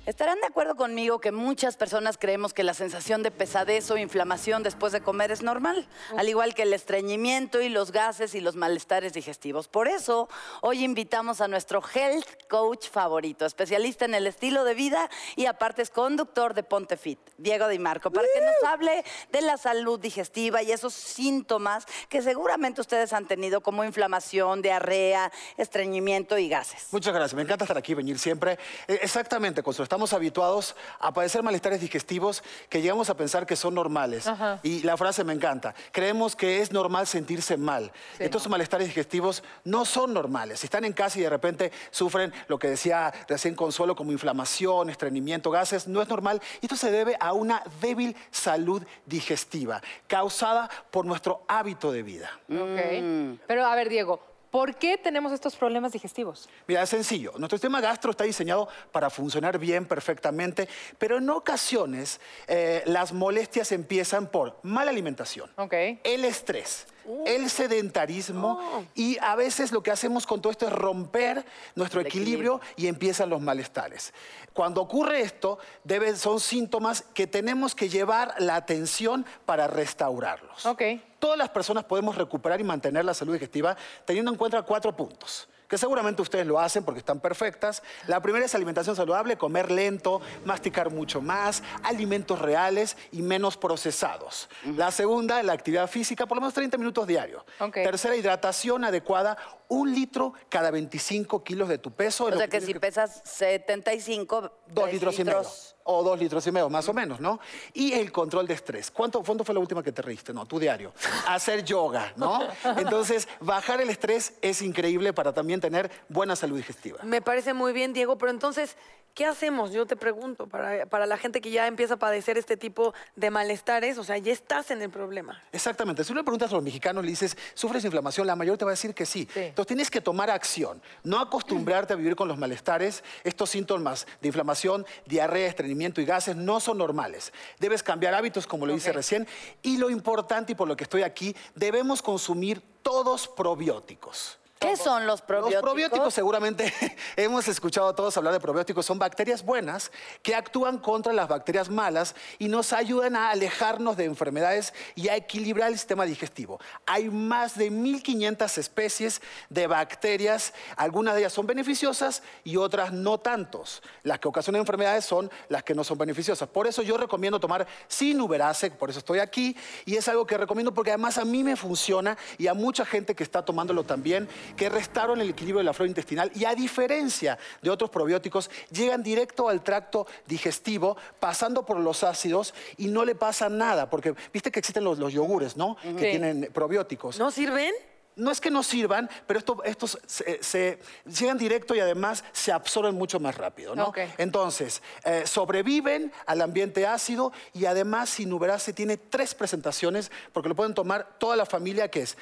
Estarán de acuerdo conmigo que muchas personas creemos que la sensación de pesadez o inflamación después de comer es normal, al igual que el estreñimiento y los gases y los malestares digestivos. Por eso, hoy invitamos a nuestro health coach favorito, especialista en el estilo de vida y aparte es conductor de Ponte Fit, Diego Di Marco, para que nos hable de la salud digestiva y esos síntomas que seguramente ustedes han tenido como inflamación, diarrea, estreñimiento y gases. Muchas gracias, me encanta estar aquí, venir siempre. Eh, Exactamente, Consuelo, estamos habituados a padecer malestares digestivos que llegamos a pensar que son normales. Y la frase me encanta, creemos que es normal sentirse mal. Estos malestares digestivos no son normales. Si están en casa y de repente sufren lo que decía recién Consuelo como inflamación, estreñimiento, gases, no es normal. Y esto se debe a una débil salud digestiva causada por nuestro hábito de vida. Ok. Pero a ver, Diego, ¿por qué tenemos estos problemas digestivos? Mira, es sencillo. Nuestro sistema gastro está diseñado para funcionar bien, perfectamente, pero en ocasiones eh, las molestias empiezan por mala alimentación, Ok. Uh. el estrés, el sedentarismo Oh. y a veces lo que hacemos con todo esto es romper nuestro equilibrio y empiezan los malestares. Cuando ocurre esto, deben- son síntomas que tenemos que llevar la atención para restaurarlos. Ok. Todas las personas podemos recuperar y mantener la salud digestiva teniendo en cuenta cuatro puntos, que seguramente ustedes lo hacen porque están perfectas. La primera es alimentación saludable, comer lento, masticar mucho más, alimentos reales y menos procesados. La segunda, la actividad física, por lo menos 30 minutos diarios. Ok. Tercera, hidratación adecuada, un litro cada 25 kilos de tu peso. en O lo sea que tienes si pesas 75, Dos tres litros, y medio. O dos litros y medio, más o menos, ¿no? Y el control de estrés. ¿Cuánto, ¿Cuánto fue la última que te reíste? No, tu diario. Hacer yoga, ¿no? Entonces, bajar el estrés es increíble para también tener buena salud digestiva. Me parece muy bien, Diego, pero entonces, ¿qué hacemos? Yo te pregunto, para, para la gente que ya empieza a padecer este tipo de malestares, o sea, ya estás en el problema. Exactamente. Si uno le preguntas a los mexicanos, le dices, ¿sufres inflamación? La mayoría te va a decir que sí. Entonces tienes que tomar acción. No acostumbrarte a vivir con los malestares. Estos síntomas de inflamación, diarrea, estreñimiento y gases no son normales. Debes cambiar hábitos, como lo hice recién. Y lo importante, y por lo que estoy aquí, debemos consumir todos probióticos. ¿Qué son los probióticos? Los probióticos seguramente hemos escuchado a todos hablar de probióticos. Son bacterias buenas que actúan contra las bacterias malas y nos ayudan a alejarnos de enfermedades y a equilibrar el sistema digestivo. Hay más de 1.500 especies de bacterias. Algunas de ellas son beneficiosas y otras no tantos. Las que ocasionan enfermedades son las que no son beneficiosas. Por eso yo recomiendo tomar sinuberase, por eso estoy aquí. Y es algo que recomiendo porque además a mí me funciona y a mucha gente que está tomándolo también que restaron el equilibrio de la flora intestinal y a diferencia de otros probióticos, llegan directo al tracto digestivo, pasando por los ácidos y no le pasa nada, porque viste que existen los, los yogures, ¿no? Que tienen probióticos. ¿No sirven? No es que no sirvan, pero esto- estos se, se- llegan directo y además se absorben mucho más rápido, ¿no? Ok. Entonces, eh, sobreviven al ambiente ácido y además sinuberase tiene tres presentaciones porque lo pueden tomar toda la familia, que es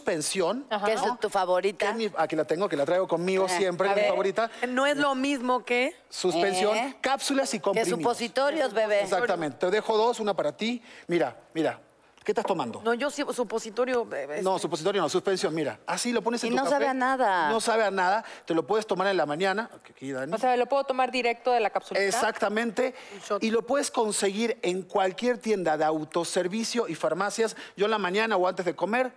suspensión, ¿Qué es tu favorita? que es mi- aquí la tengo, que la traigo conmigo Ajá. siempre, A mi ver. favorita. No es lo mismo que... Suspensión, Eh. cápsulas y Que comprimidos. supositorios, bebé. Exactamente. Te dejo dos, una para ti. Mira, mira. ¿Qué estás tomando? No, yo sí- supositorio... eh, eh, No, supositorio no, suspensión, mira. Así lo pones en Este. Y tu no café. sabe a nada. No sabe a nada. Te lo puedes tomar en la mañana. Aquí, Dani. O sea, ¿lo puedo tomar directo de la capsulita? Exactamente. shot. Y lo puedes conseguir en cualquier tienda de autoservicio y farmacias. Yo en la mañana o antes de comer.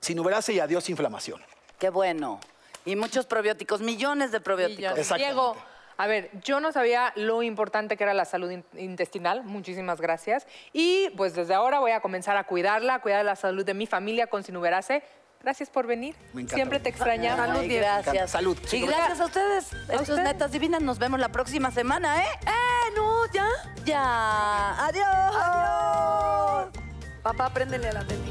Sin uberase y adiós inflamación. Qué bueno. Y muchos probióticos, millones de probióticos. Exactamente. Diego, a ver, yo no sabía lo importante que era la salud in- intestinal, muchísimas gracias. Y pues desde ahora voy a comenzar a cuidarla, a cuidar la salud de mi familia con Sinuberase. Gracias por venir. Me encanta Siempre te venir. extrañamos. Ay, gracias. Salud. Y gracias a ustedes. Esto es ustedes. Netas Divinas. Nos vemos la próxima semana, ¿eh? ¡Eh, no, ya! Ya. Adiós. Papá, préndele a la tele.